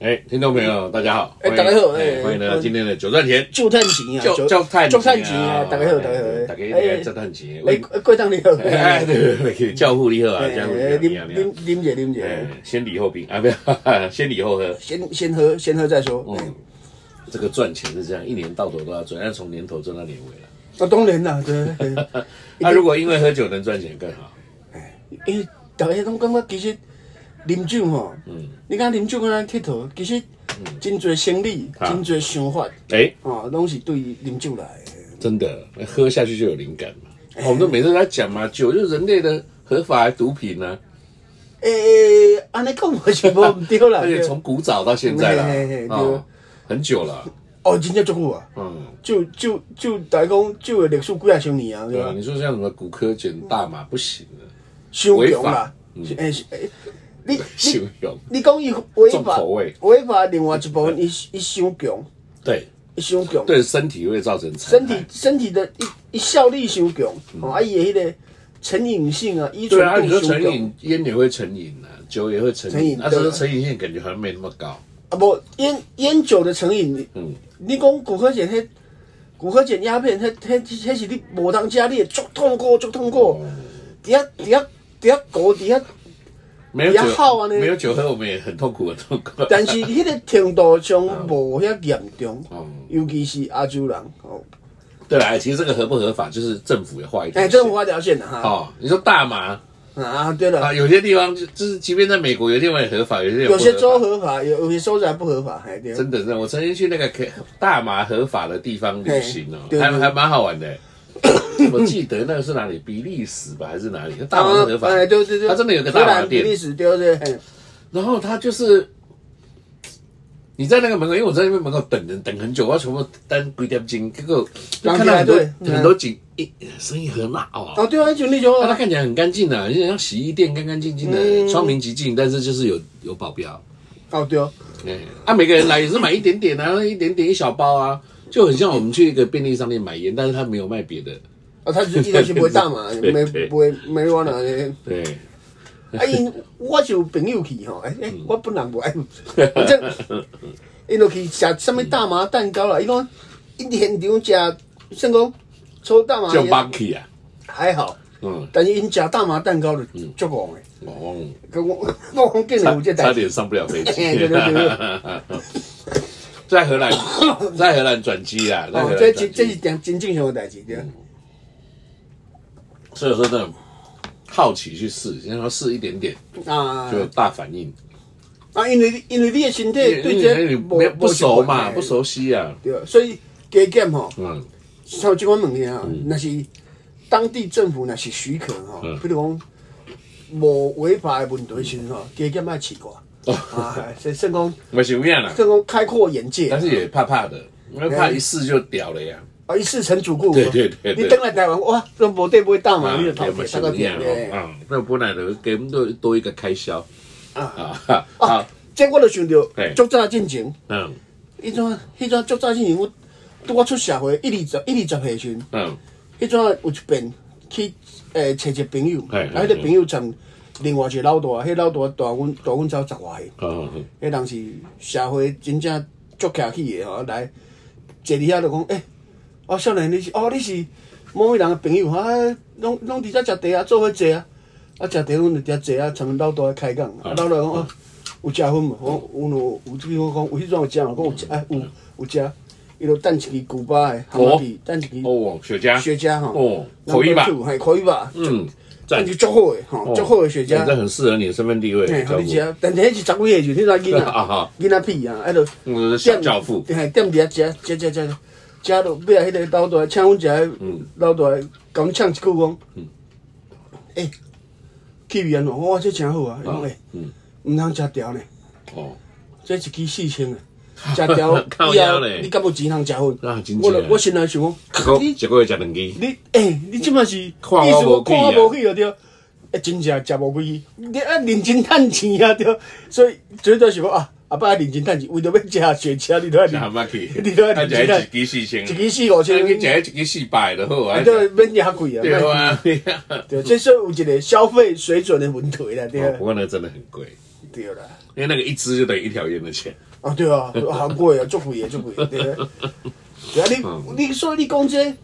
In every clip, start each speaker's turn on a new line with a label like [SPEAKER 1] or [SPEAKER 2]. [SPEAKER 1] 哎，听众朋友，大家好！
[SPEAKER 2] 哎大家好哎
[SPEAKER 1] 欢迎来到今天的九赚钱，
[SPEAKER 2] 就趁钱啊，
[SPEAKER 1] 就就探
[SPEAKER 2] 就趁钱啊，大家好，大家好，
[SPEAKER 1] 大家
[SPEAKER 2] 哎
[SPEAKER 1] 在探钱。啊
[SPEAKER 2] 哎，过当你好，
[SPEAKER 1] 哎，对对对，教父你好啊，教父
[SPEAKER 2] 哎
[SPEAKER 1] 你
[SPEAKER 2] 啉
[SPEAKER 1] 好，你好
[SPEAKER 2] 啉，啉者啉
[SPEAKER 1] 哎
[SPEAKER 2] 者，，
[SPEAKER 1] 先礼后兵 啊，不要，先礼后喝。
[SPEAKER 2] 先先喝先喝再说。哎
[SPEAKER 1] 嗯，这个赚钱是这样，一年到头都要赚，要从年头赚到年尾了。
[SPEAKER 2] 那当啊然啦， 对，对
[SPEAKER 1] 那如果因为喝酒能赚钱更好，
[SPEAKER 2] 因为哎大家拢感觉其实啉酒吼，
[SPEAKER 1] 嗯
[SPEAKER 2] 你讲啉酒敢啊若佚佗，其实真侪生理，
[SPEAKER 1] 啊
[SPEAKER 2] 真侪想法，
[SPEAKER 1] 哎，
[SPEAKER 2] 哦，拢是对啉酒来的。
[SPEAKER 1] 真的喝下去就有灵感嘛。
[SPEAKER 2] 哎
[SPEAKER 1] 哦我们都每次在讲嘛，酒就是人类的合法毒品啊，
[SPEAKER 2] 诶，哎安尼讲嘛是无毋对啦，
[SPEAKER 1] 而且
[SPEAKER 2] 对
[SPEAKER 1] 从古早到现在
[SPEAKER 2] 嘿嘿嘿
[SPEAKER 1] 了，
[SPEAKER 2] 对
[SPEAKER 1] 哦，很久了，
[SPEAKER 2] 哦，真正足久啊，
[SPEAKER 1] 嗯。
[SPEAKER 2] 就就就大家讲酒的历史几啊千年啊，对
[SPEAKER 1] 对
[SPEAKER 2] 吧
[SPEAKER 1] 啊，？你说像什么骨科卷大麻不行啊的，
[SPEAKER 2] 修
[SPEAKER 1] 违
[SPEAKER 2] 容
[SPEAKER 1] 法
[SPEAKER 2] 啦，是诶是诶，你
[SPEAKER 1] 嗯 修
[SPEAKER 2] 你
[SPEAKER 1] 容
[SPEAKER 2] 你讲伊违
[SPEAKER 1] 重
[SPEAKER 2] 法
[SPEAKER 1] 口味，
[SPEAKER 2] 违法另外一部分伊伊伤强，
[SPEAKER 1] 对
[SPEAKER 2] 伊伤强，
[SPEAKER 1] 对身体会造成残
[SPEAKER 2] 身
[SPEAKER 1] 害
[SPEAKER 2] 体。身体的伊伊效力伤强，吼啊伊的迄个成瘾性啊，依
[SPEAKER 1] 嗯对啊，
[SPEAKER 2] 存
[SPEAKER 1] 你
[SPEAKER 2] 度
[SPEAKER 1] 说成
[SPEAKER 2] 伤强，
[SPEAKER 1] 瘾，烟也会成瘾啊，酒也会成
[SPEAKER 2] 成
[SPEAKER 1] 瘾，
[SPEAKER 2] 瘾
[SPEAKER 1] 那
[SPEAKER 2] 对
[SPEAKER 1] 只是成瘾性感觉好像没那么高。
[SPEAKER 2] 啊无烟烟酒的成瘾，
[SPEAKER 1] 嗯
[SPEAKER 2] 你你讲骨科碱迄骨科碱鸦片，迄迄迄是你无当食，你会足痛苦足痛苦，
[SPEAKER 1] 哦嗯
[SPEAKER 2] 伫遐伫遐伫遐糊伫遐。
[SPEAKER 1] 没有
[SPEAKER 2] 比较好
[SPEAKER 1] 酒，
[SPEAKER 2] 啊那
[SPEAKER 1] 没有酒喝，我们也很痛苦，很痛苦。
[SPEAKER 2] 但是迄个程度上无遐严重
[SPEAKER 1] 哦，
[SPEAKER 2] 尤其是亚洲人哦。
[SPEAKER 1] 对啊，其实这个合不合法，就是政府也画一条
[SPEAKER 2] 哎，
[SPEAKER 1] 线。
[SPEAKER 2] 这种发条线的哈
[SPEAKER 1] 哦，你说大麻
[SPEAKER 2] 啊，对
[SPEAKER 1] 啊，
[SPEAKER 2] 了，
[SPEAKER 1] 有些地方就就是，即便在美国，有些地方也合法，有些地方不
[SPEAKER 2] 有些州
[SPEAKER 1] 合法。
[SPEAKER 2] 合法，有有些州还不合法，还对。
[SPEAKER 1] 真的，真的，我曾经去那个可大麻合法的地方旅行
[SPEAKER 2] 嘿
[SPEAKER 1] 哦，
[SPEAKER 2] 对
[SPEAKER 1] 还
[SPEAKER 2] 对
[SPEAKER 1] 还蛮好玩 的。我记得那个是哪里，比利时吧，还是哪里？那大麻合法，
[SPEAKER 2] 哎，对对对，
[SPEAKER 1] 它真的有个大麻
[SPEAKER 2] 历
[SPEAKER 1] 店，哎
[SPEAKER 2] 史对对，嘿
[SPEAKER 1] 然后它就是你在那个门口，因为我在那边门口等人等很久，我要全部单规点金，结果就看到很多
[SPEAKER 2] 人进来对
[SPEAKER 1] 很多景，一生意很大哦。
[SPEAKER 2] 哦，对啊，就那种
[SPEAKER 1] 啊它看起来很干净的，有点像洗衣店，干干净净
[SPEAKER 2] 嗯
[SPEAKER 1] 的，窗明几净，但是就是有有保镖。
[SPEAKER 2] 哦对哦，
[SPEAKER 1] 哎，啊，每个人来也是买一点点啊，一点点一小包啊，就很像我们去一个便利商店买烟，但是他没有卖别的。
[SPEAKER 2] 啊，他就一直是不会大嘛，
[SPEAKER 1] 对
[SPEAKER 2] 没
[SPEAKER 1] 对
[SPEAKER 2] 不会没我那的。
[SPEAKER 1] 对，
[SPEAKER 2] 啊，因我就有朋友去吼，哎
[SPEAKER 1] 嗯
[SPEAKER 2] 哎，我本人无爱，反正因落去食什么大麻蛋糕啦，伊讲一现场食，算讲抽大麻
[SPEAKER 1] 叫
[SPEAKER 2] 烟
[SPEAKER 1] Bucky 啊，
[SPEAKER 2] 还好，
[SPEAKER 1] 嗯，
[SPEAKER 2] 但是因食大麻蛋糕就足戆的。
[SPEAKER 1] 哦，
[SPEAKER 2] 跟我 我讲见了有这
[SPEAKER 1] 差
[SPEAKER 2] 代志，
[SPEAKER 1] 点上不了飞
[SPEAKER 2] 哎对对
[SPEAKER 1] 机。 在荷 兰，在荷兰转机啊，在荷兰
[SPEAKER 2] 哦，这这
[SPEAKER 1] 转
[SPEAKER 2] 这是
[SPEAKER 1] 机，
[SPEAKER 2] 真真正常的代志对。
[SPEAKER 1] 嗯所以说真的好奇去试，然后试一点点
[SPEAKER 2] 啊
[SPEAKER 1] 就有大反应，
[SPEAKER 2] 啊，因为因为你的身体
[SPEAKER 1] 因为
[SPEAKER 2] 对
[SPEAKER 1] 因为你
[SPEAKER 2] 这
[SPEAKER 1] 没不熟嘛，
[SPEAKER 2] 习惯
[SPEAKER 1] 不熟悉啊，
[SPEAKER 2] 对，所以加减吼，
[SPEAKER 1] 嗯，
[SPEAKER 2] 像这款物件吼，那是当地政府若是许可吼，
[SPEAKER 1] 嗯
[SPEAKER 2] 比如讲无违法的问题时候吼，加减爱试过。
[SPEAKER 1] 哦
[SPEAKER 2] 啊，所以算讲
[SPEAKER 1] 没什么样啦，
[SPEAKER 2] 算讲开阔眼 界
[SPEAKER 1] 但，是也怕怕的，因为怕一试就屌了呀。
[SPEAKER 2] 啊，一试成主顾。
[SPEAKER 1] 对对对啊对
[SPEAKER 2] 你登来台湾哇，都无地不会打嘛，你就头
[SPEAKER 1] 也
[SPEAKER 2] 皮
[SPEAKER 1] 不
[SPEAKER 2] 塞
[SPEAKER 1] 像
[SPEAKER 2] 到
[SPEAKER 1] 那样
[SPEAKER 2] 点
[SPEAKER 1] 哦，
[SPEAKER 2] 咧。
[SPEAKER 1] 啊，那本来就给我们多多一个开销啊
[SPEAKER 2] 啊
[SPEAKER 1] 啊，，
[SPEAKER 2] 这我就想
[SPEAKER 1] 嘿
[SPEAKER 2] 到足早进前。
[SPEAKER 1] 嗯
[SPEAKER 2] 迄阵迄阵足早之前，我拄我出社会一二十一二十岁时阵，
[SPEAKER 1] 嗯，
[SPEAKER 2] 迄阵有一遍去诶找一个朋友，
[SPEAKER 1] 嘿
[SPEAKER 2] 啊，迄个朋友站另外一个老大，迄老大大阮大阮走十外岁，
[SPEAKER 1] 哦，
[SPEAKER 2] 迄人是社会真正足客气诶吼，来坐伫遐就讲，诶、哦，少年你是哦，你是某一人诶朋友哈，啊拢拢伫遮食茶啊，做伙坐啊，啊食茶阮就伫遐坐啊，参老大咧开讲，啊老大讲哦，有食薰无？我阮有有即我讲有迄种有食无？讲有食，哎有有食，伊就等一支古巴诶，含
[SPEAKER 1] 哦
[SPEAKER 2] 起等一支
[SPEAKER 1] 哦，雪茄，
[SPEAKER 2] 雪茄吼
[SPEAKER 1] 哦，可以吧
[SPEAKER 2] 系可以吧？
[SPEAKER 1] 嗯，
[SPEAKER 2] 但
[SPEAKER 1] 赞
[SPEAKER 2] 是，足好诶，吼，足好诶雪
[SPEAKER 1] 这
[SPEAKER 2] 茄。
[SPEAKER 1] 很适合你的身份地位，
[SPEAKER 2] 嘿，
[SPEAKER 1] 教
[SPEAKER 2] 好
[SPEAKER 1] 父
[SPEAKER 2] 你食，但是迄是十几岁就你知囡
[SPEAKER 1] 啊
[SPEAKER 2] 仔
[SPEAKER 1] 哈，
[SPEAKER 2] 囡仔屁啊，迄落。
[SPEAKER 1] 嗯，小教父，
[SPEAKER 2] 嘿，踮伫遐食食食食，食到尾啊，迄个老大请阮食，老大甲阮呛一句讲，诶，气味安怎？我这诚好啊，伊讲诶，毋通食条呢，
[SPEAKER 1] 哦，
[SPEAKER 2] 这一支四千啊，食条
[SPEAKER 1] 靠
[SPEAKER 2] 以
[SPEAKER 1] 腰
[SPEAKER 2] 后
[SPEAKER 1] 嘞
[SPEAKER 2] 你敢有钱通食薰？
[SPEAKER 1] 啊真
[SPEAKER 2] 我
[SPEAKER 1] 正
[SPEAKER 2] 就我心内想
[SPEAKER 1] 一
[SPEAKER 2] 讲，
[SPEAKER 1] 个
[SPEAKER 2] 你
[SPEAKER 1] 一个月吃两支，
[SPEAKER 2] 你诶，你即摆是意思
[SPEAKER 1] 看我无
[SPEAKER 2] 我
[SPEAKER 1] 去
[SPEAKER 2] 看
[SPEAKER 1] 啊
[SPEAKER 2] 我无去啊对，诶，真正食无几，你啊认真趁钱啊对，所以最多是讲啊，后摆认真趁钱，为着要食雪茄，你都要
[SPEAKER 1] 阿妈去，
[SPEAKER 2] 你都要
[SPEAKER 1] 啊
[SPEAKER 2] 认
[SPEAKER 1] 吃
[SPEAKER 2] 真趁。
[SPEAKER 1] 一支四千，
[SPEAKER 2] 一支四五千
[SPEAKER 1] 啊你吃一支四百就好啊
[SPEAKER 2] 啊，，都免遐贵啊，
[SPEAKER 1] 对啊，
[SPEAKER 2] 对，这说有一个消费水准的问题啦，对啊
[SPEAKER 1] 哦不过那真的很贵，
[SPEAKER 2] 对啦。
[SPEAKER 1] 因为那个一支就等于一条烟的钱。
[SPEAKER 2] 啊，对啊，韩国啊，足贵的，足贵的。对啊，对啊，
[SPEAKER 1] 嗯
[SPEAKER 2] 你你所以你讲这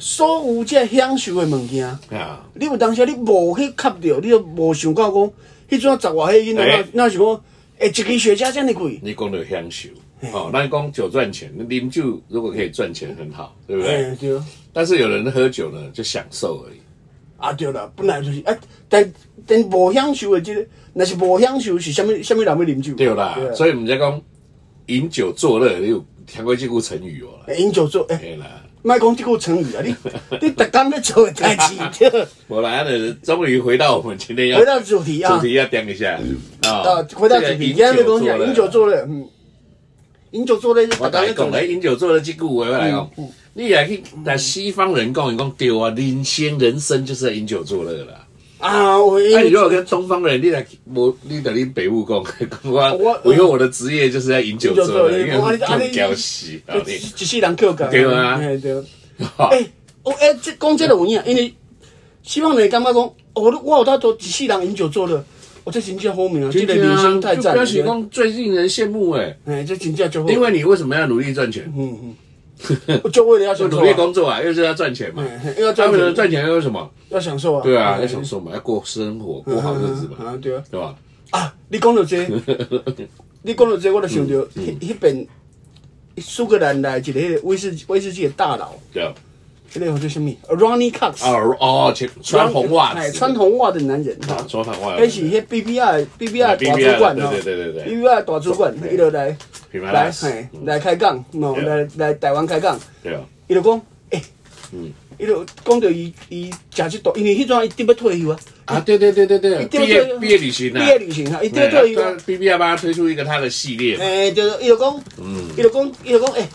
[SPEAKER 2] 所有这享受的物件，
[SPEAKER 1] 啊，
[SPEAKER 2] 你有当时你无去吸着，你都无想到讲，迄阵十外岁囡
[SPEAKER 1] 哎
[SPEAKER 2] 仔那是讲，诶，一支雪茄这么贵，
[SPEAKER 1] 你讲的享受，哦，那讲酒赚钱，那啉酒如果可以赚钱很好，对不对？
[SPEAKER 2] 哎，对啊。
[SPEAKER 1] 但是有人喝酒呢，就享受而已。
[SPEAKER 2] 啊，对啦，本来就是啊，但但无享受的即、个，若是无享受是啥物啥物人要啉酒？
[SPEAKER 1] 对啦，
[SPEAKER 2] 啊
[SPEAKER 1] 所以我们在讲饮酒作乐，你有听过这句成语哦？
[SPEAKER 2] 哎饮酒做哎，
[SPEAKER 1] 对 啦，
[SPEAKER 2] 莫讲即句成语啊，你你逐工咧做诶代志，对
[SPEAKER 1] 我来了，终于回到我们今天 要
[SPEAKER 2] 回到主题啊
[SPEAKER 1] 主题要点一下啊
[SPEAKER 2] 啊，回到主题，今日讲啥？饮酒
[SPEAKER 1] 作乐，
[SPEAKER 2] 做咧，嗯，饮酒做咧，逐
[SPEAKER 1] 我
[SPEAKER 2] 工
[SPEAKER 1] 来
[SPEAKER 2] 咧
[SPEAKER 1] 讲
[SPEAKER 2] 做
[SPEAKER 1] 来饮酒作乐这句话来讲，
[SPEAKER 2] 嗯
[SPEAKER 1] 你也去那西方人讲，你讲对啊，人生人生就是在饮酒作乐啦。
[SPEAKER 2] 啊，我
[SPEAKER 1] 那哎你
[SPEAKER 2] 饮
[SPEAKER 1] 如果跟东方人，你来我你等于北 务工，我
[SPEAKER 2] 我
[SPEAKER 1] 我以后我的职业就是在饮酒
[SPEAKER 2] 酒
[SPEAKER 1] 作乐，因为
[SPEAKER 2] 你讲啊
[SPEAKER 1] 我
[SPEAKER 2] 你啊
[SPEAKER 1] 很
[SPEAKER 2] 你
[SPEAKER 1] 屌丝啊
[SPEAKER 2] 一一世人扣干，
[SPEAKER 1] 对啊
[SPEAKER 2] 哎对。
[SPEAKER 1] 你。
[SPEAKER 2] 哎，我哎，这讲这个有影，因为西方人感觉讲，哦，你我有当做一世人饮酒做了，我这真正好命啊，这个人生太
[SPEAKER 1] 就
[SPEAKER 2] 赞
[SPEAKER 1] 不
[SPEAKER 2] 了
[SPEAKER 1] 要。许光最令人羡慕哎、
[SPEAKER 2] 哎，这真正就好。
[SPEAKER 1] 因为你为什么要努力赚钱？
[SPEAKER 2] 嗯 嗯，就为了要
[SPEAKER 1] 就
[SPEAKER 2] 享受
[SPEAKER 1] 努
[SPEAKER 2] 啊、
[SPEAKER 1] 力工作啊，又是要赚钱嘛。嗯
[SPEAKER 2] 嗯
[SPEAKER 1] 他
[SPEAKER 2] 要赚
[SPEAKER 1] 们的
[SPEAKER 2] 钱，
[SPEAKER 1] 赚钱又是什么？
[SPEAKER 2] 要享受啊。
[SPEAKER 1] 对啊，要
[SPEAKER 2] 嗯
[SPEAKER 1] 享受嘛，要过生活，过好日子嘛，
[SPEAKER 2] 啊，对啊。
[SPEAKER 1] 对吧？
[SPEAKER 2] 啊，你讲到这个， 你讲到这个，我就想到
[SPEAKER 1] 嗯
[SPEAKER 2] 迄迄边苏格兰来一个迄个威士威士忌的大佬，
[SPEAKER 1] 对啊，
[SPEAKER 2] 迄个叫做什么？Ronnie Cox，
[SPEAKER 1] 哦哦，穿穿红袜
[SPEAKER 2] 哎
[SPEAKER 1] 子，
[SPEAKER 2] 穿红袜的男人哈
[SPEAKER 1] 啊，穿红袜子，
[SPEAKER 2] 那是迄 BBR
[SPEAKER 1] 哎
[SPEAKER 2] BBR 大
[SPEAKER 1] BBR
[SPEAKER 2] 主管
[SPEAKER 1] 对
[SPEAKER 2] 哦，
[SPEAKER 1] 对对对对
[SPEAKER 2] ，BBR 大主管，伊就来
[SPEAKER 1] 品牌
[SPEAKER 2] 来
[SPEAKER 1] 来，嗯
[SPEAKER 2] 嘿来开讲，喏，
[SPEAKER 1] 对
[SPEAKER 2] 来来台湾开讲。
[SPEAKER 1] 对啊，
[SPEAKER 2] 伊就讲，诶、
[SPEAKER 1] 嗯
[SPEAKER 2] 伊就讲到伊伊食即道，因为迄阵伊得要退休啊，
[SPEAKER 1] 啊，对对对对对，
[SPEAKER 2] 对
[SPEAKER 1] 毕业毕业旅行啊，
[SPEAKER 2] 毕业旅行啊，伊得要退休啊，
[SPEAKER 1] B B 要帮他推出一个他的系列嘛，
[SPEAKER 2] 诶、就是伊就讲，
[SPEAKER 1] 嗯
[SPEAKER 2] 伊就讲，伊就讲，诶、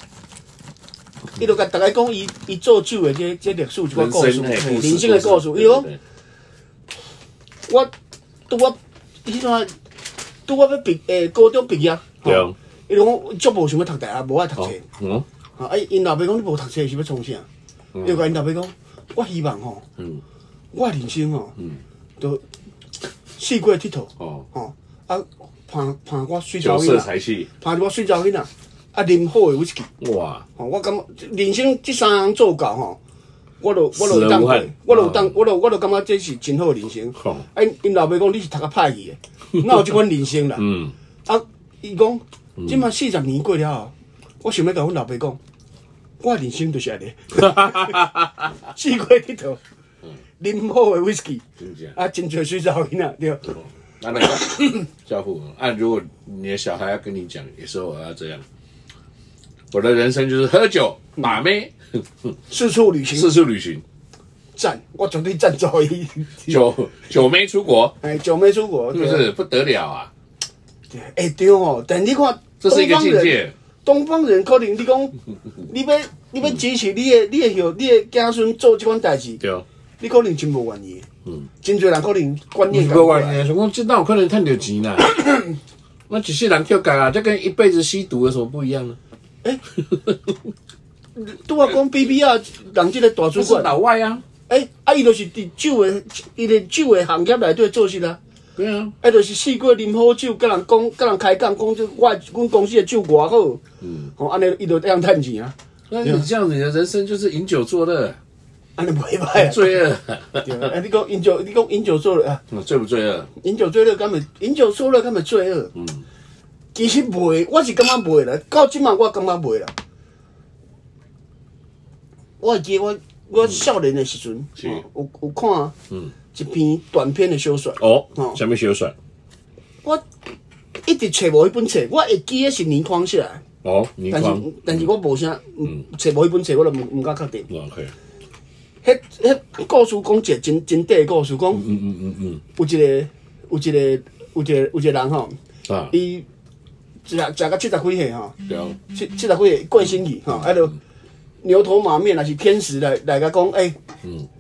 [SPEAKER 2] 伊就甲大家讲，伊伊做酒的这这历史一个
[SPEAKER 1] 人
[SPEAKER 2] 故事，
[SPEAKER 1] 生的
[SPEAKER 2] 嘿
[SPEAKER 1] 故事，
[SPEAKER 2] 人生的故事。伊
[SPEAKER 1] 对
[SPEAKER 2] 讲
[SPEAKER 1] 对，对
[SPEAKER 2] 我拄我迄阵啊，拄我要毕诶高中毕业，
[SPEAKER 1] 对啊
[SPEAKER 2] 吼伊就讲足无想要读大学，无爱读册
[SPEAKER 1] 哦。嗯
[SPEAKER 2] 啊，哎，因老爸讲你无读册是要创啥？又甲因老爸讲，我希望吼，
[SPEAKER 1] 嗯
[SPEAKER 2] 我的人生吼，都四过佚佗，
[SPEAKER 1] 哦，
[SPEAKER 2] 吼啊，盼盼我水
[SPEAKER 1] 酒
[SPEAKER 2] 某
[SPEAKER 1] 色
[SPEAKER 2] 囡
[SPEAKER 1] 财
[SPEAKER 2] 仔，
[SPEAKER 1] 气，
[SPEAKER 2] 盼我水某囡仔，啊，啉好诶威士忌，
[SPEAKER 1] 哇，
[SPEAKER 2] 吼，哦我感觉人生即三项做到吼，我都我都
[SPEAKER 1] 死而
[SPEAKER 2] 有当
[SPEAKER 1] 无
[SPEAKER 2] 过
[SPEAKER 1] 憾，
[SPEAKER 2] 我都有
[SPEAKER 1] 哦
[SPEAKER 2] 当，我都我都感觉这是真好诶人生
[SPEAKER 1] 好。
[SPEAKER 2] 啊，因因老爸讲你是读较歹去诶， 哪有即款人生啦？
[SPEAKER 1] 嗯，
[SPEAKER 2] 啊，伊讲，即满四十年过了后，我想要甲阮老爸讲，我的人生就 是安尼，四过佚佗，啉好诶威士忌
[SPEAKER 1] 真正，
[SPEAKER 2] 啊，真侪水查某囡仔，对，
[SPEAKER 1] 哦那那 个教父，啊，如果你的小孩要跟你讲，也说我要这样，我的人生就是喝酒、把妹、嗯
[SPEAKER 2] 四处旅行
[SPEAKER 1] 四，处旅行、
[SPEAKER 2] 赞，我绝对赞助伊。
[SPEAKER 1] 酒酒妹出国，
[SPEAKER 2] 哎，九妹出国，
[SPEAKER 1] 是不
[SPEAKER 2] 对？
[SPEAKER 1] 是不得了啊？
[SPEAKER 2] 对哎，对哦，但你看，
[SPEAKER 1] 这是一个
[SPEAKER 2] 东方
[SPEAKER 1] 境
[SPEAKER 2] 人
[SPEAKER 1] 界。
[SPEAKER 2] 东方人可能你 讲，你要你要支持你的你的后你的子孙做即款代志，
[SPEAKER 1] 对哦，
[SPEAKER 2] 你可能真无愿意。嗯，真侪人可能观念
[SPEAKER 1] 不
[SPEAKER 2] 改
[SPEAKER 1] 管
[SPEAKER 2] 变。
[SPEAKER 1] 想讲这哪有可能赚到钱 啦？那只是人跳改啊，这跟一辈子吸毒有什么不一样呢？
[SPEAKER 2] 拄啊讲 B B 啊，人即个大
[SPEAKER 1] 就
[SPEAKER 2] 主
[SPEAKER 1] 呃是
[SPEAKER 2] 管，
[SPEAKER 1] 老外啊，
[SPEAKER 2] 诶，啊伊就是伫酒的伊伫酒的行业内底做事啦。
[SPEAKER 1] 对啊，
[SPEAKER 2] 啊，就是四过啉好酒，甲人讲，甲人开讲，讲即我的阮公司的酒偌好，嗯，吼，安尼伊就会通趁钱啊，
[SPEAKER 1] 那你这样，你的人生就是饮酒作乐，
[SPEAKER 2] 安尼袂歹啊。
[SPEAKER 1] 罪恶，
[SPEAKER 2] 对啊，啊你讲饮酒，你讲饮酒做了啊，
[SPEAKER 1] 嗯罪不罪恶？
[SPEAKER 2] 饮酒罪恶，敢会饮酒做了敢会罪恶？嗯，其实袂，我是感觉袂啦，到即满我感觉袂啦。我会记得我我少年的时阵，
[SPEAKER 1] 是
[SPEAKER 2] 哦有有看，嗯，一篇短篇的小说，
[SPEAKER 1] 哦
[SPEAKER 2] 哦，
[SPEAKER 1] 下面血水，
[SPEAKER 2] 我一直找无迄本册，我会记得是倪匡写的，
[SPEAKER 1] 哦，倪
[SPEAKER 2] 但
[SPEAKER 1] 匡
[SPEAKER 2] 是，但是我无啥，嗯找无迄本册，我就毋毋敢确定。
[SPEAKER 1] 嗯，OK，
[SPEAKER 2] 迄迄故事讲一个真真短的故事，讲
[SPEAKER 1] 嗯嗯嗯嗯
[SPEAKER 2] 有一个有一个有一个有一个人吼，
[SPEAKER 1] 嗯，啊，
[SPEAKER 2] 伊食食到七十几岁吼，
[SPEAKER 1] 对哦，
[SPEAKER 2] 七七十几岁过身去吼，啊就牛头马面，若是天使来来甲讲，诶，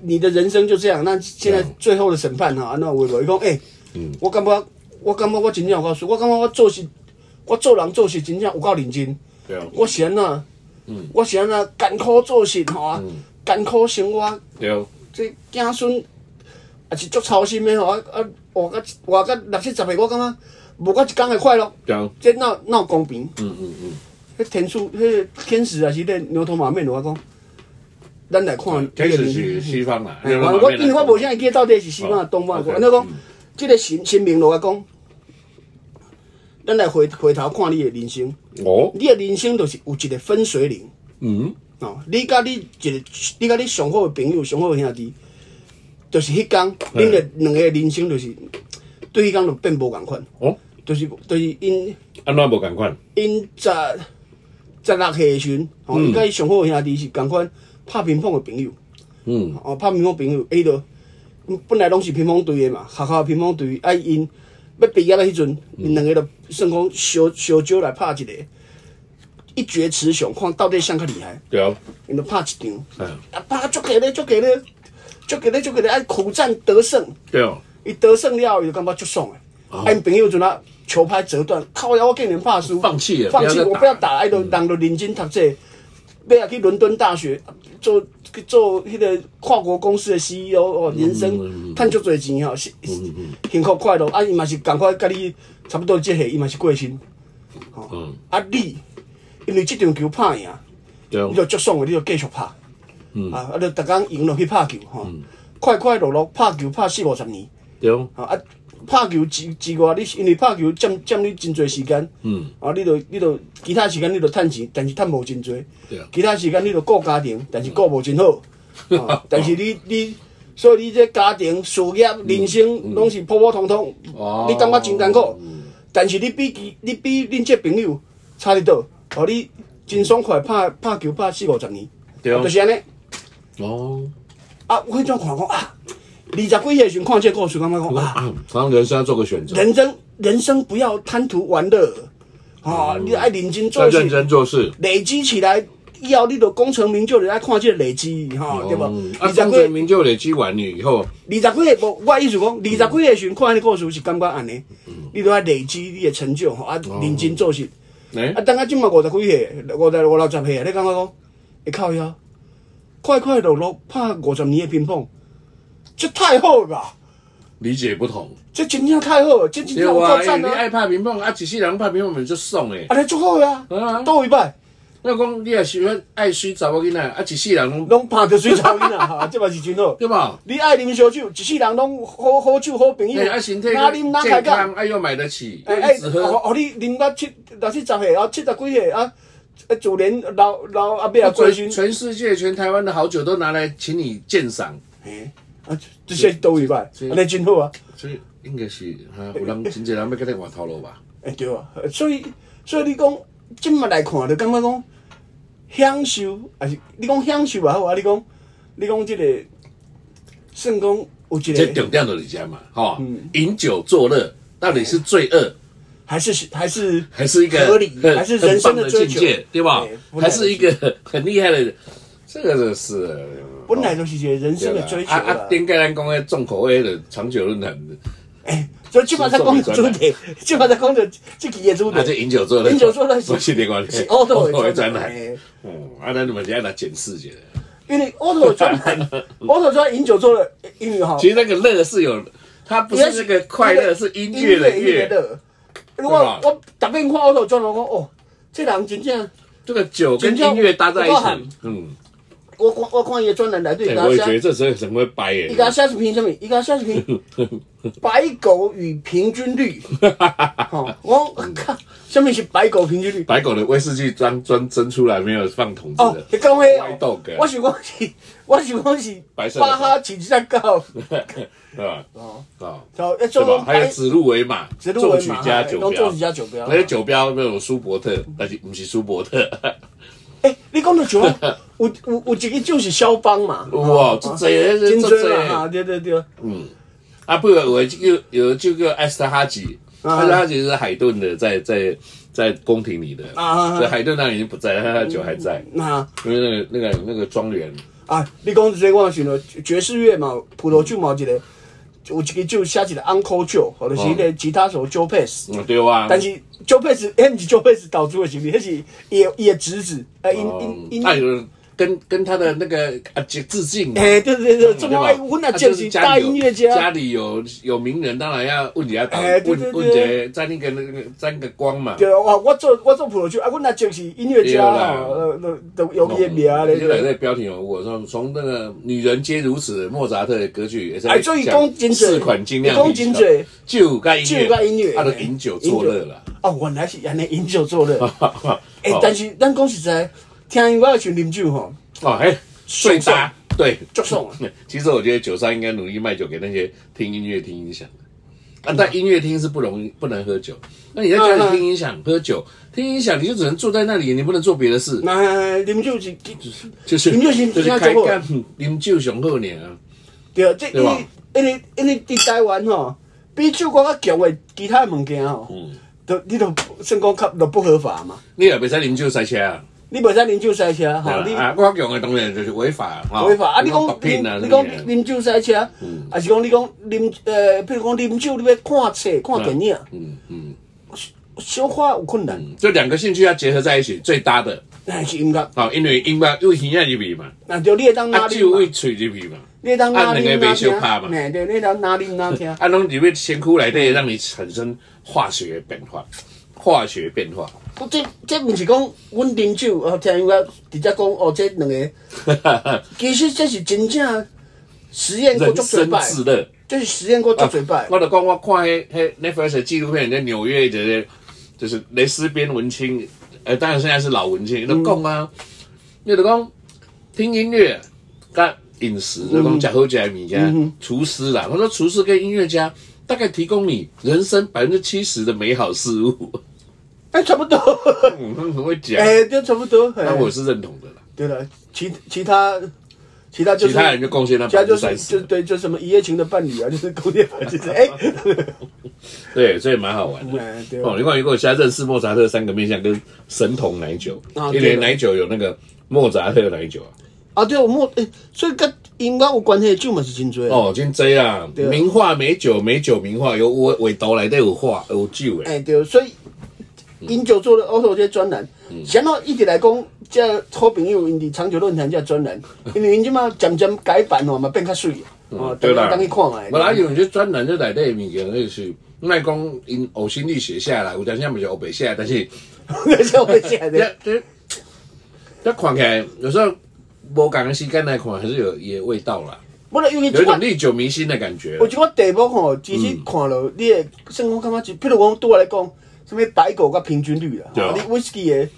[SPEAKER 2] 你的人生就这样，那现在
[SPEAKER 1] 对啊
[SPEAKER 2] 最后的审判吼，安怎为无？伊讲，诶，我感觉我感觉我真正有够事，我感觉我做事，我做人做事真正有够认真。
[SPEAKER 1] 对哦，
[SPEAKER 2] 我是安那，我是安那艰苦做事吼啊，艰苦生活，
[SPEAKER 1] 对哦，
[SPEAKER 2] 这子孙也是足操心的吼啊啊，活到活到六七十岁，我感觉无我一工会快乐，
[SPEAKER 1] 对啊，
[SPEAKER 2] 这闹闹公平。
[SPEAKER 1] 嗯嗯嗯，
[SPEAKER 2] 迄天数，迄天使啊，是咧牛头马面的，我讲，咱来看。
[SPEAKER 1] 天哦使是西方啊啦，
[SPEAKER 2] 哎我我因为我无啥会记到底是西方啊
[SPEAKER 1] 哦
[SPEAKER 2] 东方啊。
[SPEAKER 1] OK，
[SPEAKER 2] 安尼讲
[SPEAKER 1] 嗯，
[SPEAKER 2] 即个神神明落来讲，咱来回回头看你的人生，
[SPEAKER 1] 我
[SPEAKER 2] 你的人生就是有一个分水岭
[SPEAKER 1] 哦嗯
[SPEAKER 2] 哦。你甲你一个，你甲你上好的朋友、上好的兄弟，就是迄工，恁的两个人生就是对迄工就变无共款，
[SPEAKER 1] 哦，啊
[SPEAKER 2] 就是就是因。
[SPEAKER 1] 安怎无共款？
[SPEAKER 2] 因十十六岁的时阵，吼、伊甲伊上好的兄弟是共款拍乒乓的朋友，
[SPEAKER 1] 嗯，
[SPEAKER 2] 哦，拍乒乓朋友，伊就本来拢是乒乓队的嘛，学校的乒乓队，啊因要毕业的迄阵，因两个就算讲小小招来拍一个，一决雌雄，看到底谁较厉害，
[SPEAKER 1] 对啊，
[SPEAKER 2] 因就拍一场，
[SPEAKER 1] 嗯
[SPEAKER 2] 啊拍啊足个咧，足个咧，足个咧，足个咧，啊苦战得胜，
[SPEAKER 1] 对啊，
[SPEAKER 2] 伊得胜了，伊就感觉足爽的，
[SPEAKER 1] 哦
[SPEAKER 2] 啊因朋友就那球拍折断，靠呀，我竟然拍输，
[SPEAKER 1] 放弃了嗯
[SPEAKER 2] 放
[SPEAKER 1] 不
[SPEAKER 2] 弃，
[SPEAKER 1] 要再
[SPEAKER 2] 我
[SPEAKER 1] 打
[SPEAKER 2] 不要打，哎，都人都认真读册，要啊去伦敦大学做去做迄个跨国公司的 CEO 哦，
[SPEAKER 1] 嗯
[SPEAKER 2] 人生趁足侪钱哦，是幸福快乐，啊，伊嘛是赶快甲你差不多即岁，伊嘛是过身，哦
[SPEAKER 1] 嗯，
[SPEAKER 2] 啊你，因为即场球拍赢。
[SPEAKER 1] 对
[SPEAKER 2] 你
[SPEAKER 1] 啊，
[SPEAKER 2] 就足爽的，你就继续拍。
[SPEAKER 1] 嗯
[SPEAKER 2] 啊，啊，你逐工赢落去拍球吼，快快乐乐拍球拍四五十年。
[SPEAKER 1] 对啊，
[SPEAKER 2] 啊，啊，拍球之之外，你是因为拍球占占你真侪时间，
[SPEAKER 1] 嗯，
[SPEAKER 2] 啊，你就你就其他时间你就趁钱，但是趁无真侪
[SPEAKER 1] 对啊。嗯
[SPEAKER 2] 其他时间你就顾家庭，但是顾无 真好。啊，但是你你，所以你这家庭、事业、人生拢是普普通通
[SPEAKER 1] 嗯哦，嗯
[SPEAKER 2] 你感觉真艰苦。但是你比其你比恁这朋友差得多，哦，你真爽快拍拍球拍四五十年，
[SPEAKER 1] 对啊
[SPEAKER 2] 就是安尼。
[SPEAKER 1] 哦，
[SPEAKER 2] 啊，我迄种看讲啊，二十几岁的时候看这个故事，感觉讲啊。
[SPEAKER 1] 啊，当人生要做个选择，
[SPEAKER 2] 人生人生不要贪图玩乐，啊，你爱认真
[SPEAKER 1] 嗯要
[SPEAKER 2] 做
[SPEAKER 1] 认
[SPEAKER 2] 事，
[SPEAKER 1] 真做事。
[SPEAKER 2] 累积起来，以后你著功成名就，你爱看这个累积，哈，对吧？
[SPEAKER 1] 嗯啊，
[SPEAKER 2] 二十
[SPEAKER 1] 功成
[SPEAKER 2] 几
[SPEAKER 1] 名就累积完了以后，
[SPEAKER 2] 二十几岁无，我的意思讲，二十几岁的时候看迄个故事是感觉安尼，
[SPEAKER 1] 嗯
[SPEAKER 2] 你都要累积你的成就，吼，啊，
[SPEAKER 1] 哦
[SPEAKER 2] 认真做事。
[SPEAKER 1] 哎
[SPEAKER 2] 啊，，等下即满五十几岁，五十五六十岁，你感觉讲会靠呀？快快乐乐拍五十年的乒乓，这太好了吧？
[SPEAKER 1] 理解不同。
[SPEAKER 2] 这真正太好了，这真正
[SPEAKER 1] 对
[SPEAKER 2] 有
[SPEAKER 1] 啊，
[SPEAKER 2] 够
[SPEAKER 1] 哎
[SPEAKER 2] 赞
[SPEAKER 1] 你
[SPEAKER 2] 啊！
[SPEAKER 1] 爱拍乒乓啊，一世人拍乒乓咪就爽诶。
[SPEAKER 2] 安尼足好呀
[SPEAKER 1] 啊，
[SPEAKER 2] 倒一摆。
[SPEAKER 1] 那讲你也喜欢爱水查某囡仔，啊，一世人拢
[SPEAKER 2] 拢拍着水草囡仔， 哈，这嘛是真好。
[SPEAKER 1] 对吧？
[SPEAKER 2] 你爱啉烧酒，一世人拢好好酒好朋友
[SPEAKER 1] 哎，啊，身体
[SPEAKER 2] 哪啉哪开
[SPEAKER 1] 健
[SPEAKER 2] 讲
[SPEAKER 1] 康，，哎，又买得起，又
[SPEAKER 2] 哎
[SPEAKER 1] 一
[SPEAKER 2] 哎，
[SPEAKER 1] 直
[SPEAKER 2] 互
[SPEAKER 1] 喝，
[SPEAKER 2] 互你啉到七六七十岁，啊七十几岁啊，啊自然老老阿伯啊过
[SPEAKER 1] 全
[SPEAKER 2] 身，
[SPEAKER 1] 全世界全台湾的好酒都拿来请你鉴赏，
[SPEAKER 2] 嘿啊这些都会吧，
[SPEAKER 1] 是
[SPEAKER 2] 安尼真好啊，
[SPEAKER 1] 所以应该是啊，有人真侪人要跟你换头路吧？
[SPEAKER 2] 哎对啊，所以所以你讲即嘛来看，就感觉讲享受，还是你讲享受也好啊，你讲你讲即个，算讲有一
[SPEAKER 1] 这
[SPEAKER 2] 个。
[SPEAKER 1] 重点就是这嘛，哈，
[SPEAKER 2] 嗯
[SPEAKER 1] 饮酒作乐到底是罪恶？
[SPEAKER 2] 还是还是
[SPEAKER 1] 还是一个
[SPEAKER 2] 合理，
[SPEAKER 1] 很
[SPEAKER 2] 还是人生
[SPEAKER 1] 很棒的
[SPEAKER 2] 追
[SPEAKER 1] 境
[SPEAKER 2] 求
[SPEAKER 1] 界，，对吧
[SPEAKER 2] 对？不太
[SPEAKER 1] 还是一个很厉害的人，这个就是
[SPEAKER 2] 本来就是一个人生的追求
[SPEAKER 1] 啊啊！啊
[SPEAKER 2] 啦。
[SPEAKER 1] 顶个咱讲的重口味的长久论坛，
[SPEAKER 2] 哎，所以即摆才讲
[SPEAKER 1] 啊
[SPEAKER 2] 到主题，即摆才讲到即期的主
[SPEAKER 1] 啊，这
[SPEAKER 2] 题。
[SPEAKER 1] 饮酒做的，
[SPEAKER 2] 饮酒作乐是
[SPEAKER 1] 不是另外的，
[SPEAKER 2] 是 乌托的哎
[SPEAKER 1] 乌托
[SPEAKER 2] 专
[SPEAKER 1] 专
[SPEAKER 2] 栏
[SPEAKER 1] 栏。嗯，啊，咱们家来检视一下。
[SPEAKER 2] 因为我头专门，我头专饮酒做了英语哈，
[SPEAKER 1] 其实那个乐是有，它不是那个快乐，是音乐的
[SPEAKER 2] 乐
[SPEAKER 1] 乐。
[SPEAKER 2] 的。如果我逐遍看我头专，我讲哦，这人真正，
[SPEAKER 1] 这个酒跟音乐搭在一起，嗯，
[SPEAKER 2] 我看我看伊的专栏内底，
[SPEAKER 1] 对，我也觉得这时候很会掰耶
[SPEAKER 2] 伊。甲写一篇什么？伊甲写一篇 白狗与平均律。吼，我靠，什么是白狗平均律？
[SPEAKER 1] 白狗的威士忌装装蒸出来没有放桶子
[SPEAKER 2] 哦
[SPEAKER 1] 的，，
[SPEAKER 2] 你讲迄
[SPEAKER 1] 歪豆哥
[SPEAKER 2] 我想讲是，我想讲是
[SPEAKER 1] 白色的
[SPEAKER 2] 巴哈骑只狗，
[SPEAKER 1] 对吧？
[SPEAKER 2] 哦，
[SPEAKER 1] 啊，
[SPEAKER 2] 就一
[SPEAKER 1] 对
[SPEAKER 2] 种
[SPEAKER 1] 吧？还有
[SPEAKER 2] 白
[SPEAKER 1] 指鹿为马，
[SPEAKER 2] 指鹿为马
[SPEAKER 1] 作曲家酒哎
[SPEAKER 2] 拢
[SPEAKER 1] 标，
[SPEAKER 2] 作曲家酒标
[SPEAKER 1] 那些酒标没有舒伯特，但是不是舒伯特，
[SPEAKER 2] 诶，你讲到酒 啊，有有有一个就是肖邦嘛，
[SPEAKER 1] 哇，
[SPEAKER 2] 哦
[SPEAKER 1] 这这
[SPEAKER 2] 真
[SPEAKER 1] 这
[SPEAKER 2] 多
[SPEAKER 1] 这
[SPEAKER 2] 啦，哈，对对对，
[SPEAKER 1] 啊，不然我就有就个埃斯特哈吉，
[SPEAKER 2] 啊
[SPEAKER 1] 埃斯特哈吉是海顿的，在在在宫廷里的，
[SPEAKER 2] 啊
[SPEAKER 1] 所以海顿那已经不在了，他的酒还在，
[SPEAKER 2] 那
[SPEAKER 1] 因为那个那个那个庄园，
[SPEAKER 2] 啊，你讲这个我想到爵士乐嘛，葡萄酒嘛有一个，有一个酒写一个 Uncle Joe，或者是迄
[SPEAKER 1] 哦
[SPEAKER 2] 个吉他手 Joe Pass，
[SPEAKER 1] 嗯，对哇，
[SPEAKER 2] 但是 Joe Pass，迄毋是 Joe Pass 导主的是毋是？迄是伊的伊的侄子，啊，因
[SPEAKER 1] 嗯
[SPEAKER 2] 因因
[SPEAKER 1] 那有人跟跟他的那个啊阿杰致敬嘛。
[SPEAKER 2] 哎，对对对，这
[SPEAKER 1] 对
[SPEAKER 2] 么
[SPEAKER 1] 吧
[SPEAKER 2] 爱我那
[SPEAKER 1] 啊
[SPEAKER 2] 就
[SPEAKER 1] 就是是
[SPEAKER 2] 大
[SPEAKER 1] 家里有
[SPEAKER 2] 音乐
[SPEAKER 1] 家
[SPEAKER 2] 家，
[SPEAKER 1] 里有有名人，当然要问人家打
[SPEAKER 2] 哎，对
[SPEAKER 1] 问
[SPEAKER 2] 对
[SPEAKER 1] 问
[SPEAKER 2] 对
[SPEAKER 1] 谁沾一个那个沾个光嘛。
[SPEAKER 2] 对啊，哇，我做我做葡萄酒啊，我那就是音乐家
[SPEAKER 1] 对啦
[SPEAKER 2] 啊，呃，呃都有音名啊，
[SPEAKER 1] 哦现在
[SPEAKER 2] 咧。
[SPEAKER 1] 那标题有我说从那个《女人皆如此》莫扎特的歌曲也是
[SPEAKER 2] 哎，所以
[SPEAKER 1] 讲
[SPEAKER 2] 讲真侪，
[SPEAKER 1] 四款精酿
[SPEAKER 2] 讲
[SPEAKER 1] 啤
[SPEAKER 2] 真
[SPEAKER 1] 酒，
[SPEAKER 2] 侪，
[SPEAKER 1] 酒跟音
[SPEAKER 2] 酒
[SPEAKER 1] 乐，
[SPEAKER 2] 甲音乐，
[SPEAKER 1] 他的啊饮酒作乐啦。
[SPEAKER 2] 哦，原来是安尼饮酒作乐。哎，
[SPEAKER 1] 哦
[SPEAKER 2] 但是咱讲实在，听音乐像啉酒吼，
[SPEAKER 1] 哦，哎，最搭对。
[SPEAKER 2] 足爽啊。
[SPEAKER 1] 其实我觉得九三应该努力卖酒给那些听音乐、听音响的啊，但音乐厅是不容易不能喝酒。那你在家里听音响、喝酒、听音响，你就只能坐在那里，你不能做别的事，
[SPEAKER 2] 那啉酒是，
[SPEAKER 1] 就是
[SPEAKER 2] 饮酒是
[SPEAKER 1] 就是
[SPEAKER 2] 真的
[SPEAKER 1] 开
[SPEAKER 2] 做好
[SPEAKER 1] 干，啉酒上好呢啊。
[SPEAKER 2] 对，这
[SPEAKER 1] 对
[SPEAKER 2] 因
[SPEAKER 1] 吧
[SPEAKER 2] 为因为因为伫台湾吼，比酒搁较强的其他的物件吼，
[SPEAKER 1] 嗯
[SPEAKER 2] 都你都算讲较都不合法嘛。
[SPEAKER 1] 你也别使啉酒塞车啊，
[SPEAKER 2] 你袂使啉酒塞车吼，你
[SPEAKER 1] 对啦啊，我用的当然就是违法啊，
[SPEAKER 2] 违法啊！你
[SPEAKER 1] 你
[SPEAKER 2] 讲
[SPEAKER 1] 毒品啊，
[SPEAKER 2] 你你
[SPEAKER 1] 什么
[SPEAKER 2] 讲
[SPEAKER 1] 的嗯
[SPEAKER 2] 啉酒塞车，还啊是讲你讲啉呃，譬如讲啉酒，你要看册、看电影，
[SPEAKER 1] 嗯嗯，
[SPEAKER 2] 小可有困难，
[SPEAKER 1] 这两个兴趣要结合在一起，最搭的
[SPEAKER 2] 那是音乐。
[SPEAKER 1] 啊，因为音乐又音乐入去嘛，
[SPEAKER 2] 那就你会当哪
[SPEAKER 1] 啊，酒
[SPEAKER 2] 啉
[SPEAKER 1] 会
[SPEAKER 2] 嘛，
[SPEAKER 1] 吹入去嘛，
[SPEAKER 2] 你会当哪
[SPEAKER 1] 啊
[SPEAKER 2] 啉
[SPEAKER 1] 两个
[SPEAKER 2] 哪
[SPEAKER 1] 袂相拍
[SPEAKER 2] 听，
[SPEAKER 1] 嘛。
[SPEAKER 2] 嘿，对，你会当哪啉哪听
[SPEAKER 1] 啊，拢里面前窟来底让你产生化学变化，化学变化，
[SPEAKER 2] 我这这毋是讲阮啉酒，哦，听音乐直接讲哦，这两个。其实这是真正实验过
[SPEAKER 1] 人
[SPEAKER 2] 哎足嘴
[SPEAKER 1] 生
[SPEAKER 2] 拜，
[SPEAKER 1] 自乐。
[SPEAKER 2] 这是实验过足嘴拜。
[SPEAKER 1] 我就讲，我看迄迄 Netflix 的纪录片，在纽约就是就是蕾丝边文青，呃，当然现在是老文
[SPEAKER 2] 嗯
[SPEAKER 1] 青，就讲啊，你就讲听音乐，跟饮食，就讲吃好吃的物
[SPEAKER 2] 嗯
[SPEAKER 1] 件，厨师啦，他说厨师跟音乐家大概提供你人生百分之七十的美好事物，
[SPEAKER 2] 哎，差不 多，
[SPEAKER 1] 嗯，他们很会讲，
[SPEAKER 2] 哎，就差不多。哎
[SPEAKER 1] 那我是认同的啦。
[SPEAKER 2] 对了，其其他其他就
[SPEAKER 1] 其
[SPEAKER 2] 是
[SPEAKER 1] 他人就贡献了
[SPEAKER 2] 其
[SPEAKER 1] 百
[SPEAKER 2] 他
[SPEAKER 1] 分
[SPEAKER 2] 就
[SPEAKER 1] 之
[SPEAKER 2] 是
[SPEAKER 1] 三
[SPEAKER 2] 就
[SPEAKER 1] 十，
[SPEAKER 2] 对，就什么一夜情的伴侣啊， 就是勾结反 正就是哎，
[SPEAKER 1] 对，所以蛮好玩的。
[SPEAKER 2] 哎对
[SPEAKER 1] 哦，你看，如果现在认识莫扎特三个面相，跟神童奶酒
[SPEAKER 2] 啊，
[SPEAKER 1] 一
[SPEAKER 2] 对
[SPEAKER 1] 连
[SPEAKER 2] 了
[SPEAKER 1] 奶酒有那个莫扎特奶酒啊，
[SPEAKER 2] 啊，对，我莫哎，所以跟音乐有关系的酒嘛是真多。
[SPEAKER 1] 哦，真济啊！
[SPEAKER 2] 啊
[SPEAKER 1] 名画美酒，美酒名画有画画图内底有画有酒诶。
[SPEAKER 2] 哎，对，所以饮酒做了欧洲这些专栏，
[SPEAKER 1] 嗯
[SPEAKER 2] 然后一直来讲，这好朋友因伫长久论坛这专栏，因为因即嘛渐渐改版哦嘛变较水，哦，
[SPEAKER 1] 嗯对啦，
[SPEAKER 2] 当去看下。
[SPEAKER 1] 我哪有这专栏这内底物件，就是卖讲因呕心沥血下来，有当时也不是呕白写，但是
[SPEAKER 2] 哎那是我写
[SPEAKER 1] 这
[SPEAKER 2] 的。
[SPEAKER 1] 这这看起来有时候无赶的时间来看，还是有伊的味道啦，
[SPEAKER 2] 我来因为
[SPEAKER 1] 有
[SPEAKER 2] 这
[SPEAKER 1] 一种
[SPEAKER 2] 款，
[SPEAKER 1] 历久弥新的感觉
[SPEAKER 2] 有。一款题目吼，其
[SPEAKER 1] 嗯
[SPEAKER 2] 实看了你会算讲感觉就，譬如讲对我来讲，什么白狗甲平均率啦，
[SPEAKER 1] 对啊
[SPEAKER 2] 吼你 whisky 的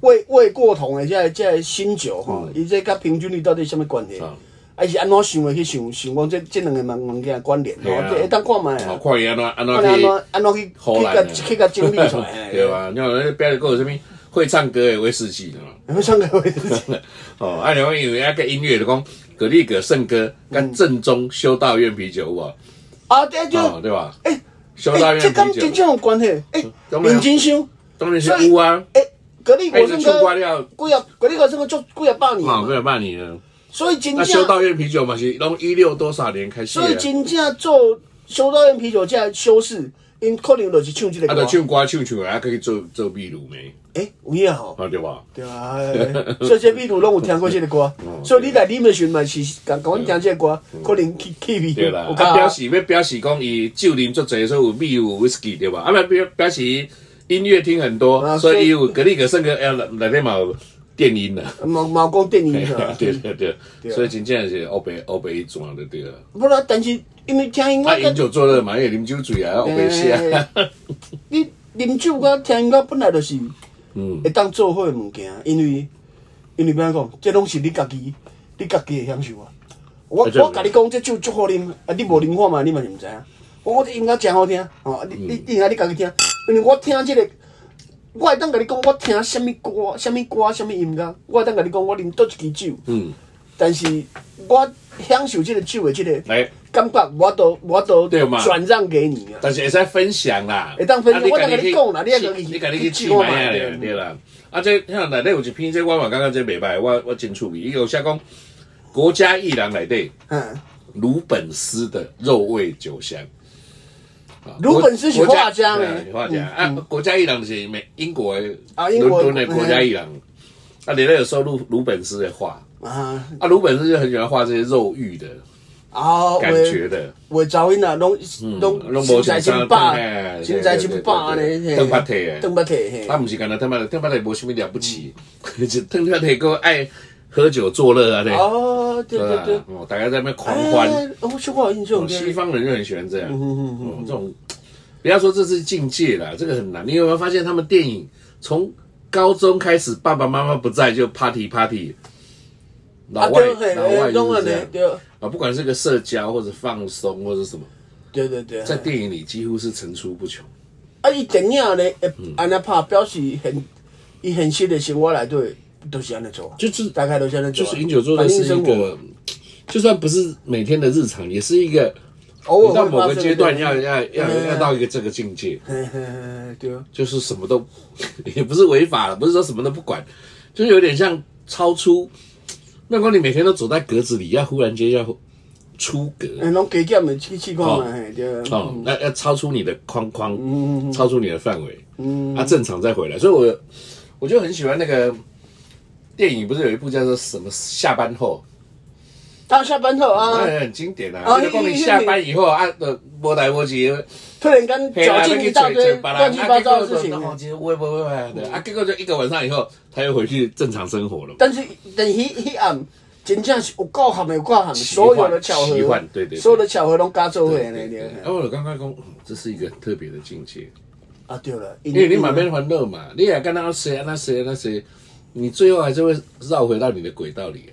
[SPEAKER 2] 未未过桶的这些这些新酒吼，伊这甲平均率到底什么关系
[SPEAKER 1] 嗯啊？
[SPEAKER 2] 还是安怎想的去想想讲这这两个物物件的关联吼
[SPEAKER 1] 对，啊
[SPEAKER 2] 这会当看卖
[SPEAKER 1] 好
[SPEAKER 2] 啊，
[SPEAKER 1] 看伊安怎安怎
[SPEAKER 2] 看
[SPEAKER 1] 去
[SPEAKER 2] 安怎安怎去
[SPEAKER 1] 荷
[SPEAKER 2] 去
[SPEAKER 1] 兰
[SPEAKER 2] 甲
[SPEAKER 1] 的，
[SPEAKER 2] 去甲整理出来，
[SPEAKER 1] 对啊 吧？你看那边的歌有什么会唱歌的威士忌的嘛？
[SPEAKER 2] 哎？会唱歌会自己
[SPEAKER 1] 哦，啊，然后有那个音乐就讲格力格圣歌跟正宗修道院啤酒哇，
[SPEAKER 2] 啊，对就
[SPEAKER 1] 哦，对吧？
[SPEAKER 2] 哎
[SPEAKER 1] 修道
[SPEAKER 2] 哎，这
[SPEAKER 1] 院
[SPEAKER 2] 跟
[SPEAKER 1] 啤
[SPEAKER 2] 真
[SPEAKER 1] 酒
[SPEAKER 2] 正有关系，哎，
[SPEAKER 1] 当然啊
[SPEAKER 2] 认真想。
[SPEAKER 1] 当然是有啊，
[SPEAKER 2] 诶，格力果
[SPEAKER 1] 哎，
[SPEAKER 2] 生
[SPEAKER 1] 这
[SPEAKER 2] 哥
[SPEAKER 1] 出瓜了，
[SPEAKER 2] 几啊，格力果生哥足几啊百年
[SPEAKER 1] 嘛，不
[SPEAKER 2] 嘛，
[SPEAKER 1] 要骂你了。
[SPEAKER 2] 所以真
[SPEAKER 1] 那修
[SPEAKER 2] 正，
[SPEAKER 1] 道院啤酒嘛是从一六多少年开始
[SPEAKER 2] 所以
[SPEAKER 1] 的，啊
[SPEAKER 2] 真正做修道院啤酒这修士，因可能就是唱这个
[SPEAKER 1] 啊，就
[SPEAKER 2] 歌，
[SPEAKER 1] 唱歌唱唱的，啊，可以做做秘鲁没，
[SPEAKER 2] 诶，有影吼。
[SPEAKER 1] 啊，对吧？
[SPEAKER 2] 对啊，哎所以这秘鲁拢有听过这 个歌，
[SPEAKER 1] 哦
[SPEAKER 2] 所以你来你们时嘛是讲讲阮听这个歌，可能去去味
[SPEAKER 1] 嗯对啦
[SPEAKER 2] 有，
[SPEAKER 1] 啊，
[SPEAKER 2] 较
[SPEAKER 1] 表示要表示讲伊酒啉足侪，所以有秘鲁有 whisky 对吧？啊，不表表示音乐听很
[SPEAKER 2] 啊
[SPEAKER 1] 多，所
[SPEAKER 2] 所以
[SPEAKER 1] 以有格力格圣歌，哎，内底嘛有电音啦。，
[SPEAKER 2] 毛毛讲电影 啊
[SPEAKER 1] 对对对，所以真正是欧白欧白一转就对了。
[SPEAKER 2] 不啦，但是因为听音
[SPEAKER 1] 啊，饮
[SPEAKER 2] 乐，
[SPEAKER 1] 酒作乐嘛，也啉酒醉啊，欧白死啊。
[SPEAKER 2] 你啉酒甲听音乐本来就是。
[SPEAKER 1] 嗯，
[SPEAKER 2] 会当做伙的物件，因为因为要安讲，这拢是你家己你家己的享受啊。我
[SPEAKER 1] 啊这
[SPEAKER 2] 我甲你讲，这酒足好啉，啊你无啉看嘛，你嘛是毋知影。我我这音乐真好听，吼、你你
[SPEAKER 1] 嗯
[SPEAKER 2] 你啊你家己听，因为我听这个，我会当甲你讲，我听什物歌、什物歌、什物音乐，我会当甲你讲，我啉倒一支酒，
[SPEAKER 1] 嗯，
[SPEAKER 2] 但是我享受这个酒的这个
[SPEAKER 1] 来，
[SPEAKER 2] 感觉，我都我都
[SPEAKER 1] 对嘛
[SPEAKER 2] 转让给你啊。
[SPEAKER 1] 但是会使分享啦。
[SPEAKER 2] 会当分享
[SPEAKER 1] 啊
[SPEAKER 2] 我就跟你讲啦
[SPEAKER 1] 自己
[SPEAKER 2] 你也
[SPEAKER 1] 去
[SPEAKER 2] 自己
[SPEAKER 1] 你家己
[SPEAKER 2] 去
[SPEAKER 1] 去试
[SPEAKER 2] 试看
[SPEAKER 1] 买
[SPEAKER 2] 嘛
[SPEAKER 1] 啊，
[SPEAKER 2] 对
[SPEAKER 1] 对啦。啊，这像内底有一篇，这我嘛感觉这袂歹，我我真趣味。伊有写讲国家艺人内底
[SPEAKER 2] 嗯，
[SPEAKER 1] 鲁本斯的肉味酒香。啊
[SPEAKER 2] 鲁本斯是
[SPEAKER 1] 国国
[SPEAKER 2] 画家呢
[SPEAKER 1] 对画家啊，国家艺人是美英国的
[SPEAKER 2] 啊英国
[SPEAKER 1] 伦敦的国家艺人，啊，里头有收录鲁本斯的画。
[SPEAKER 2] 啊，
[SPEAKER 1] 啊，鲁本是就很喜欢画这些肉欲的
[SPEAKER 2] 啊，
[SPEAKER 1] 感觉的，
[SPEAKER 2] 话查囡仔拢
[SPEAKER 1] 拢
[SPEAKER 2] 拢
[SPEAKER 1] 无
[SPEAKER 2] 身材真饱，身材真饱呢，嘿
[SPEAKER 1] 邓巴特的，啊
[SPEAKER 2] 邓巴体嘿
[SPEAKER 1] 他，毋是干那邓巴特，邓巴特无啥物了不起，就邓巴特个爱喝酒作乐啊嘞，
[SPEAKER 2] 哦，对
[SPEAKER 1] 对
[SPEAKER 2] 对对
[SPEAKER 1] 啊，，哦大家在那边狂欢，
[SPEAKER 2] 哎，我小可有印
[SPEAKER 1] 哦
[SPEAKER 2] 象，
[SPEAKER 1] 西方人就很喜欢这样，
[SPEAKER 2] 嗯
[SPEAKER 1] 哦这种不要说这是境界啦，这个很难。你有没有发现他们电影从高中开始，爸爸妈妈不在就 party party，老外、
[SPEAKER 2] 啊对嘿
[SPEAKER 1] 老外就是这样
[SPEAKER 2] 嘿对
[SPEAKER 1] 啊，不管是个社交或者放松或者什么，
[SPEAKER 2] 对对对，
[SPEAKER 1] 在电影里几乎是层出不穷。
[SPEAKER 2] 啊，伊电影咧，会
[SPEAKER 1] 嗯
[SPEAKER 2] 安尼拍表示现，伊现实的生活内底都是安尼做，
[SPEAKER 1] 就是
[SPEAKER 2] 大概都是安尼
[SPEAKER 1] 就
[SPEAKER 2] 做啊，
[SPEAKER 1] 是饮酒作乐
[SPEAKER 2] 反映
[SPEAKER 1] 是一
[SPEAKER 2] 生活
[SPEAKER 1] 个，就算不是每天的日常，也是一个
[SPEAKER 2] 偶
[SPEAKER 1] 你
[SPEAKER 2] 尔
[SPEAKER 1] 到
[SPEAKER 2] 会
[SPEAKER 1] 某
[SPEAKER 2] 发
[SPEAKER 1] 个
[SPEAKER 2] 生
[SPEAKER 1] 阶
[SPEAKER 2] 的嗯
[SPEAKER 1] 段
[SPEAKER 2] 东
[SPEAKER 1] 要
[SPEAKER 2] 西
[SPEAKER 1] 要要
[SPEAKER 2] 对
[SPEAKER 1] 要到一个这个境界。
[SPEAKER 2] 嘿嘿嘿对啊，
[SPEAKER 1] 就是什么都 也不是违法了，不是说什么都不管，就是有点像超出。那如果你每天都走在格子里，要忽然间要出格
[SPEAKER 2] 嗯，拢加减的去去看
[SPEAKER 1] 哦
[SPEAKER 2] 嘛，嘿对啊，
[SPEAKER 1] 哦，那要超出你的框框，
[SPEAKER 2] 嗯
[SPEAKER 1] 超出你的范围，嗯，啊，正常再回来。所以我我就很喜欢那个电影，不是有一部叫做什么下班后，
[SPEAKER 2] 到下班后啊，
[SPEAKER 1] 那很经典啊。
[SPEAKER 2] 哦
[SPEAKER 1] 就是光你
[SPEAKER 2] 那个
[SPEAKER 1] 下班以后啊，呃，摸来摸去。
[SPEAKER 2] 突然间
[SPEAKER 1] 嘿啦
[SPEAKER 2] 绞尽一
[SPEAKER 1] 要
[SPEAKER 2] 大
[SPEAKER 1] 去找
[SPEAKER 2] 堆
[SPEAKER 1] 别人
[SPEAKER 2] 乱七八糟的事
[SPEAKER 1] 啊结果就哦
[SPEAKER 2] 情。
[SPEAKER 1] 其实我也不会的啊，结果就一个晚上以后，他又回去正常生活了。
[SPEAKER 2] 但是，但是迄迄暗真正是有够合的，有够合的，
[SPEAKER 1] 奇幻
[SPEAKER 2] 所有的巧合
[SPEAKER 1] 奇幻对对对，
[SPEAKER 2] 所有的巧合拢加做伙呢，
[SPEAKER 1] 对
[SPEAKER 2] 对
[SPEAKER 1] 对
[SPEAKER 2] 啊
[SPEAKER 1] 对，啊，我刚刚讲，嗯这是一个很特别的境界，
[SPEAKER 2] 啊对了，
[SPEAKER 1] 因为你满
[SPEAKER 2] 因
[SPEAKER 1] 边欢乐嘛，你也跟他谁啊那谁啊那谁，你最后还是会绕回到你的轨道里啊，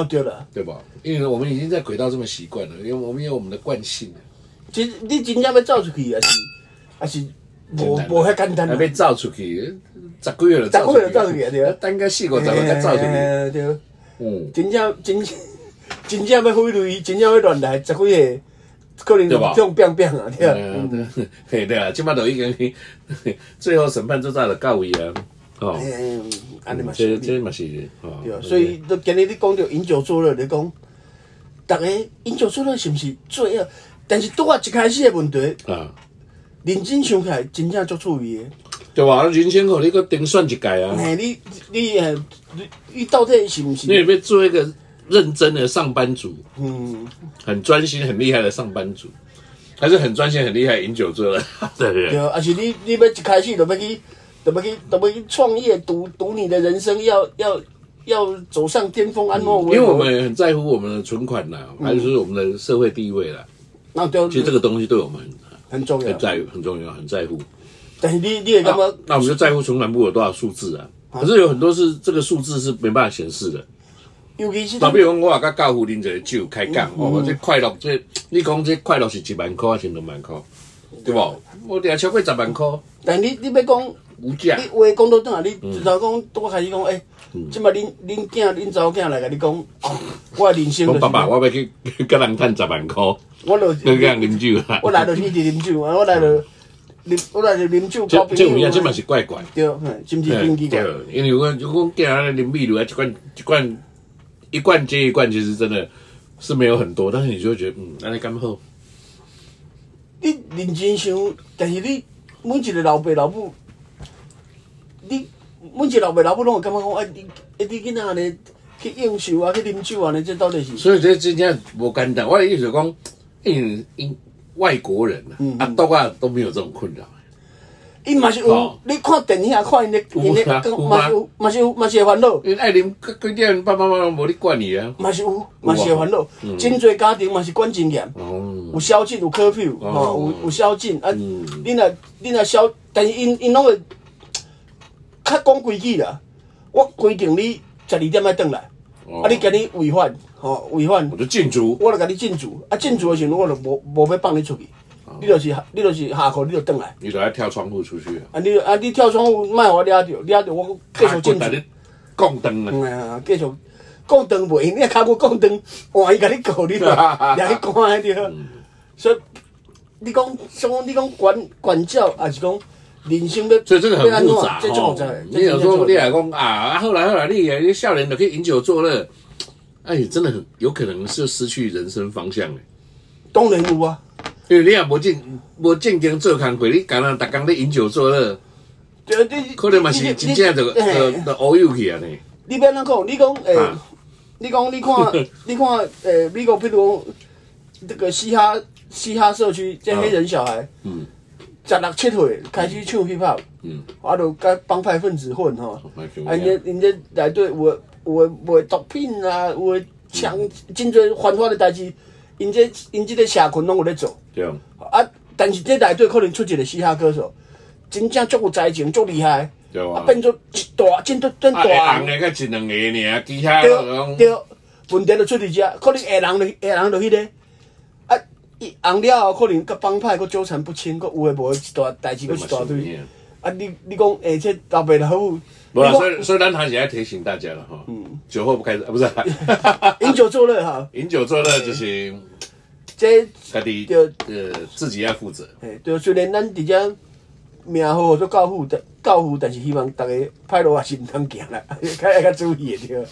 [SPEAKER 2] 哦对了。
[SPEAKER 1] 对吧？因为我们已经在轨道这么习惯了，因为我们有我们的惯性啊，
[SPEAKER 2] 真你真正要走出去，也是也是无无遐简单
[SPEAKER 1] 还
[SPEAKER 2] 啊。
[SPEAKER 1] 被造出去，十个月了，
[SPEAKER 2] 十个月就走出去对啊
[SPEAKER 1] 单个四个十个才造出去，
[SPEAKER 2] 嘿对，
[SPEAKER 1] 嗯，
[SPEAKER 2] 真正真真正要挥泪，真正要乱来，十几个可能
[SPEAKER 1] 对吧
[SPEAKER 2] 这种变变啊，对啊。
[SPEAKER 1] 嗯， 对嘿对啊，今麦都已经最后审判做到了到位啊，哦，
[SPEAKER 2] 嗯，安尼嘛
[SPEAKER 1] 这
[SPEAKER 2] 是，
[SPEAKER 1] 这嘛是，哦
[SPEAKER 2] 对啊。所以，都今日你讲到饮酒作乐，你讲，大家饮酒作乐是毋是罪恶？但是拄啊一开始的问题，
[SPEAKER 1] 啊。
[SPEAKER 2] 认真想起来，真正足趣味的。
[SPEAKER 1] 对吧？人生互你个顶算一届啊，
[SPEAKER 2] 嘿，你你诶，你你到底是毋
[SPEAKER 1] 你也
[SPEAKER 2] 是？
[SPEAKER 1] 别做一个认真的上班族，
[SPEAKER 2] 嗯，
[SPEAKER 1] 很专心、很厉害的上班族，还是很专心、很厉害饮酒醉 了的
[SPEAKER 2] 对
[SPEAKER 1] 人。
[SPEAKER 2] 啊，而且你你要一开始就要去，就要去，就要去创业，赌赌你的人生要要要走上巅峰，安诺
[SPEAKER 1] 因为我们也很在乎我们的存款啦，还有就是我们的社会地位啦。
[SPEAKER 2] 那对，
[SPEAKER 1] 其实这个东西对我们
[SPEAKER 2] 很重
[SPEAKER 1] 很
[SPEAKER 2] 要。
[SPEAKER 1] 在很重要，很在乎。
[SPEAKER 2] 但是你你也
[SPEAKER 1] 那
[SPEAKER 2] 感觉
[SPEAKER 1] 那我们就在乎存款部有多少数字啊？可是有很多是这个数字是没办法显示的。
[SPEAKER 2] 嗯尤其是
[SPEAKER 1] 那比如讲，我也甲教父啉一个酒开讲，
[SPEAKER 2] 嗯
[SPEAKER 1] 哦，这快乐，这你讲这快乐是一万块还是两万块？对不？我定超过十万块。
[SPEAKER 2] 但你你要讲，
[SPEAKER 1] 无价
[SPEAKER 2] 你话讲到哪？你
[SPEAKER 1] 嗯
[SPEAKER 2] 就头讲，拄开始讲，诶，即摆恁恁囝恁查某囝来甲你讲，哦，我的人生就
[SPEAKER 1] 讲
[SPEAKER 2] 是
[SPEAKER 1] 爸爸，我要去甲人趁十万块，
[SPEAKER 2] 我就
[SPEAKER 1] 你去人啉酒啊啦。
[SPEAKER 2] 我来就一直啉酒，啊我来就啉我来就啉酒交
[SPEAKER 1] 嗯这
[SPEAKER 2] 朋
[SPEAKER 1] 这有影，这
[SPEAKER 2] 友
[SPEAKER 1] 嘛
[SPEAKER 2] 啊。
[SPEAKER 1] 是怪怪。
[SPEAKER 2] 对，嘿是毋是
[SPEAKER 1] 嗯
[SPEAKER 2] 经济
[SPEAKER 1] 对，因为我如果叫人啉秘鲁啊，一罐一罐一罐接一罐，其实真的是没有很多，但是你就会觉得，嗯，那你干后
[SPEAKER 2] 你认真想，但是你每一个老爸老母，你每一个老爸老母拢会感觉讲，哎、你哎，你囡仔呢去应酬啊，去啉酒啊，呢，这到底是？
[SPEAKER 1] 所以这真正无简单。我的意思是讲，因因外国人啊，
[SPEAKER 2] 嗯
[SPEAKER 1] 啊，都啊都没有这种困扰。
[SPEAKER 2] 伊嘛是有，
[SPEAKER 1] 哦
[SPEAKER 2] 你看电影啊，看因咧，因咧
[SPEAKER 1] 有啊有啊
[SPEAKER 2] 嘛是有，嘛是有，嘛是会烦恼，
[SPEAKER 1] 因为爱啉，规定爸爸妈妈无咧管你啊。
[SPEAKER 2] 嘛是有，嘛是会烦恼。真侪、家庭嘛是管真严，
[SPEAKER 1] 哦，
[SPEAKER 2] 有宵禁，有 curfew，吼、有有宵禁啊。你若你若宵，但是因因拢会较讲规矩啦。我规定你十二点要转来。啊，你今日违反，吼、违反
[SPEAKER 1] 我，就禁足。
[SPEAKER 2] 我就甲你禁足，啊禁足的时阵，我就无无要放你出去，你就是你就是下课你就转来，
[SPEAKER 1] 你就要跳窗户出去啊！
[SPEAKER 2] 啊你啊你跳窗户，莫互我抓着，抓着我继续禁
[SPEAKER 1] 把
[SPEAKER 2] 足，
[SPEAKER 1] 你讲灯啊！
[SPEAKER 2] 嗯啊，继续讲长袂，你骹骨讲长，换伊甲 你告你嘛，掠去关迄着，
[SPEAKER 1] 嗯
[SPEAKER 2] 所以你讲，所以讲你讲管管教，还是讲人生要，
[SPEAKER 1] 所以这个很复杂
[SPEAKER 2] 啊这种在
[SPEAKER 1] 哦，。你有时候你也讲啊，后来后来你你笑脸的可以饮酒作乐，哎，真的很有可能是失去人生方向的，
[SPEAKER 2] 当然有啊，
[SPEAKER 1] 因为你也无正无正经做工课，你干那逐工咧饮酒作乐，
[SPEAKER 2] 对对，
[SPEAKER 1] 可能嘛是真正就就就偶有去啊呢。
[SPEAKER 2] 你要安怎讲？你讲诶、呃
[SPEAKER 1] 啊
[SPEAKER 2] 你讲你 看你看，诶、美国譬如这个嘻哈嘻哈社区，这黑人小孩，
[SPEAKER 1] 嗯
[SPEAKER 2] 十六七岁开始唱 hip hop，
[SPEAKER 1] 嗯，
[SPEAKER 2] 啊，就甲帮派分子混吼，啊，
[SPEAKER 1] 哎
[SPEAKER 2] 人家人家内底有有卖毒品啊，有枪，真侪犯法的代志，因这因这个社群拢有咧做。
[SPEAKER 1] 对啊，
[SPEAKER 2] 啊，但是这内底可能出一个嘻哈歌手，真正足有才情，足厉害，
[SPEAKER 1] 对啊
[SPEAKER 2] 啊，变做一大，真做真
[SPEAKER 1] 啊，
[SPEAKER 2] 大
[SPEAKER 1] 会红，
[SPEAKER 2] 红
[SPEAKER 1] 的才一两个尔，其他
[SPEAKER 2] 对
[SPEAKER 1] 拢
[SPEAKER 2] 对，问题就出伫遮，可能下人就下人就迄个，啊，伊红了后可能甲帮派佫纠缠不清，佫有诶无诶一大代志，佫一大堆。啊，你你讲诶，这老爸老母，
[SPEAKER 1] 无
[SPEAKER 2] 你
[SPEAKER 1] 啦，
[SPEAKER 2] 讲
[SPEAKER 1] 所以所以咱还是要提醒大家了哈，
[SPEAKER 2] 嗯
[SPEAKER 1] 酒后不开车啊，不是 啊，
[SPEAKER 2] 饮酒作乐哈，
[SPEAKER 1] 饮酒作乐就是
[SPEAKER 2] 这
[SPEAKER 1] 家己
[SPEAKER 2] 对
[SPEAKER 1] 呃自己要负责，
[SPEAKER 2] 诶，对，虽然咱伫遮名号做教父，但教父，但是希望逐个歹路也是毋通行啦， 较爱较注意诶，对。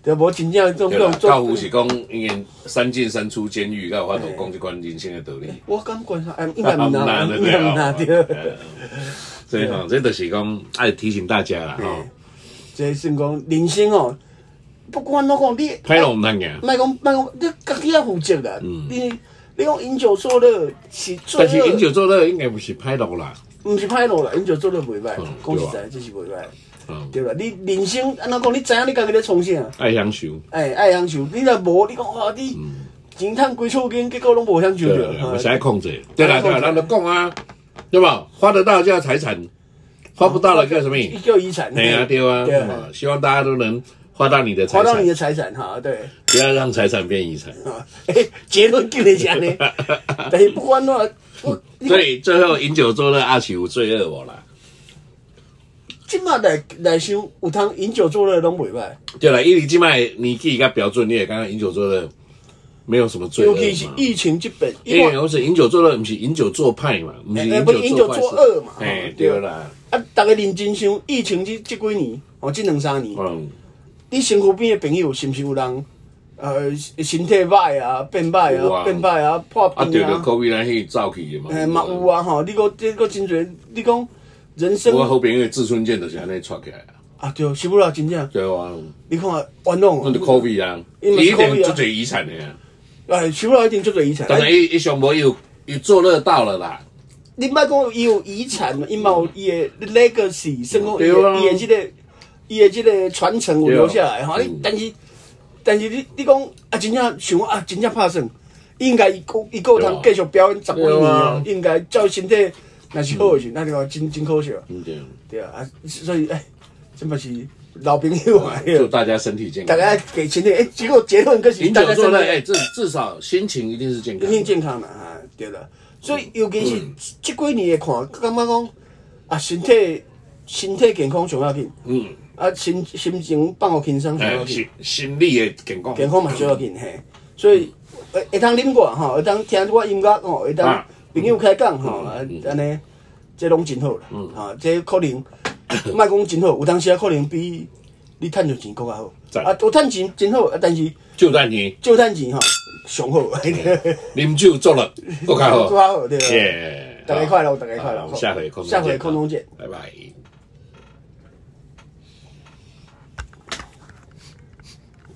[SPEAKER 2] 对，无真正种
[SPEAKER 1] 对
[SPEAKER 2] 种
[SPEAKER 1] 啦，
[SPEAKER 2] 种。
[SPEAKER 1] 教父是讲因为三进三出监狱，才有法度讲这款人生的道理。
[SPEAKER 2] 我感觉上，哎，应该毋
[SPEAKER 1] 啊
[SPEAKER 2] 难，
[SPEAKER 1] 不
[SPEAKER 2] 应该毋难
[SPEAKER 1] 难啊
[SPEAKER 2] 对。
[SPEAKER 1] 所以吼，这就是讲爱提醒大家啦吼，
[SPEAKER 2] 即算讲人生哦，不管哪讲你，哎
[SPEAKER 1] 歹路毋通行，
[SPEAKER 2] 莫讲莫讲，你家己要负责啦。你你讲饮酒作乐是罪恶，
[SPEAKER 1] 嗯但是饮酒作乐应该不是歹路啦，
[SPEAKER 2] 毋是歹路啦，饮酒作乐袂歹，
[SPEAKER 1] 嗯
[SPEAKER 2] 讲实在这是袂歹，
[SPEAKER 1] 嗯，
[SPEAKER 2] 对啦。你人生安怎讲？你知影你家己咧创啥？
[SPEAKER 1] 爱享受。
[SPEAKER 2] 哎，爱享受。你若无，你讲哇，你钱趁几厝间，结果拢无享受
[SPEAKER 1] 对
[SPEAKER 2] 着
[SPEAKER 1] 嗯对，对，我是爱控制。对啦
[SPEAKER 2] 控
[SPEAKER 1] 对
[SPEAKER 2] 制
[SPEAKER 1] 啦，咱就讲啊，对吧？花得到就要财产，花不到了叫什么？
[SPEAKER 2] 一叫遗产。
[SPEAKER 1] 哎呀，对啊，
[SPEAKER 2] 嗯对
[SPEAKER 1] 啊希望大家都能花到你的财
[SPEAKER 2] 花到
[SPEAKER 1] 产
[SPEAKER 2] 你，的财产哈，对。
[SPEAKER 1] 不要让财产变遗产。
[SPEAKER 2] 啊， 哎，结论竟然 是安尼，但是不管
[SPEAKER 1] 嗯
[SPEAKER 2] 哪，我你
[SPEAKER 1] 所以最后饮酒作乐，阿奇有罪恶我啦。
[SPEAKER 2] 即马来来想，有通饮酒作乐拢袂歹，
[SPEAKER 1] 对啦，伊你即卖年纪较标准，你也刚刚饮酒作乐没有什么罪恶
[SPEAKER 2] 尤其是
[SPEAKER 1] 嘛。
[SPEAKER 2] 疫情即边，
[SPEAKER 1] 因为我是饮酒作乐，不是饮酒做派嘛，不是
[SPEAKER 2] 哎哎
[SPEAKER 1] 饮
[SPEAKER 2] 不是饮
[SPEAKER 1] 酒做
[SPEAKER 2] 酒
[SPEAKER 1] 坏
[SPEAKER 2] 作
[SPEAKER 1] 事
[SPEAKER 2] 恶嘛
[SPEAKER 1] 哎
[SPEAKER 2] 哦，
[SPEAKER 1] 对
[SPEAKER 2] 对
[SPEAKER 1] 啦，
[SPEAKER 2] 啊，逐个认真想，疫情即即几年，哦，即两三年，
[SPEAKER 1] 嗯，
[SPEAKER 2] 你身躯边的朋友是毋是有人，呃，身体歹啊，变歹
[SPEAKER 1] 有
[SPEAKER 2] 啊，
[SPEAKER 1] 啊
[SPEAKER 2] 变歹啊，破
[SPEAKER 1] 啊，对
[SPEAKER 2] 病
[SPEAKER 1] 着
[SPEAKER 2] 啊，
[SPEAKER 1] COVID 咱去走去的嘛。
[SPEAKER 2] 诶，嘛有啊，吼，你讲这个真侪，你讲人
[SPEAKER 1] 我
[SPEAKER 2] 生
[SPEAKER 1] 好朋友的志春健就是安尼窜起来啊，
[SPEAKER 2] 啊，对，是不啦，真正，
[SPEAKER 1] 对啊，
[SPEAKER 2] 你看冤枉
[SPEAKER 1] 那就
[SPEAKER 2] 哦，
[SPEAKER 1] COVID 啊，
[SPEAKER 2] 因为
[SPEAKER 1] 伊一定
[SPEAKER 2] COVID 啊
[SPEAKER 1] 足侪遗产的啊，
[SPEAKER 2] 哎，是不啦，一定足侪遗产，
[SPEAKER 1] 但是伊伊上无伊有伊作乐到了啦，
[SPEAKER 2] 你莫讲伊有遗产嘛，伊嘛有伊的 legacy，算讲伊
[SPEAKER 1] 对啊
[SPEAKER 2] 的伊的即个伊的即个传承有留下来吼。
[SPEAKER 1] 对啊
[SPEAKER 2] 你
[SPEAKER 1] 嗯
[SPEAKER 2] 但是但是你你讲啊，真正想啊，真正拍算，应该伊个伊个有通
[SPEAKER 1] 对
[SPEAKER 2] 继
[SPEAKER 1] 啊
[SPEAKER 2] 续表演十几年
[SPEAKER 1] 对
[SPEAKER 2] 哦
[SPEAKER 1] 啊，
[SPEAKER 2] 应该照身体若是好的时候，那你讲真真可惜，
[SPEAKER 1] 嗯对，
[SPEAKER 2] 对啊，啊所以哎，真嘛是老朋友啊，
[SPEAKER 1] 祝大家身体健
[SPEAKER 2] 大
[SPEAKER 1] 康。
[SPEAKER 2] 家给身体哎，结果结论可是
[SPEAKER 1] 饮
[SPEAKER 2] 大家
[SPEAKER 1] 酒作
[SPEAKER 2] 真
[SPEAKER 1] 乐，
[SPEAKER 2] 的
[SPEAKER 1] 哎，至至少心情一定是健
[SPEAKER 2] 一
[SPEAKER 1] 康。
[SPEAKER 2] 定健康啦，啊，对啦。所以尤其是
[SPEAKER 1] 嗯
[SPEAKER 2] 即几年的看，感觉讲啊，身体身体健康上要紧，
[SPEAKER 1] 嗯，
[SPEAKER 2] 啊，心心情放互轻松上要
[SPEAKER 1] 哎，
[SPEAKER 2] 紧
[SPEAKER 1] 心，心理的健康。
[SPEAKER 2] 嗯健康嘛上要紧嘿。所以会会当啉歌吼，会当听我音乐吼，会当
[SPEAKER 1] 嗯啊嗯
[SPEAKER 2] 朋友开讲吼，啊安尼，这拢真好啦。啊，这可 能莫讲真好，有当时啊可能比你趁着钱搁较好。
[SPEAKER 1] 赞
[SPEAKER 2] 啊，有趁钱真好，啊，但是
[SPEAKER 1] 就带你
[SPEAKER 2] 少趁钱吼 上 好。
[SPEAKER 1] 饮酒作乐， 够看
[SPEAKER 2] 够
[SPEAKER 1] 好。
[SPEAKER 2] 较好对吧。
[SPEAKER 1] 耶！
[SPEAKER 2] 大家快乐，大家快
[SPEAKER 1] 好我
[SPEAKER 2] 乐，
[SPEAKER 1] 们下回空中
[SPEAKER 2] 下回
[SPEAKER 1] 见
[SPEAKER 2] 空中见。
[SPEAKER 1] 拜拜。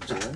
[SPEAKER 2] 怎么了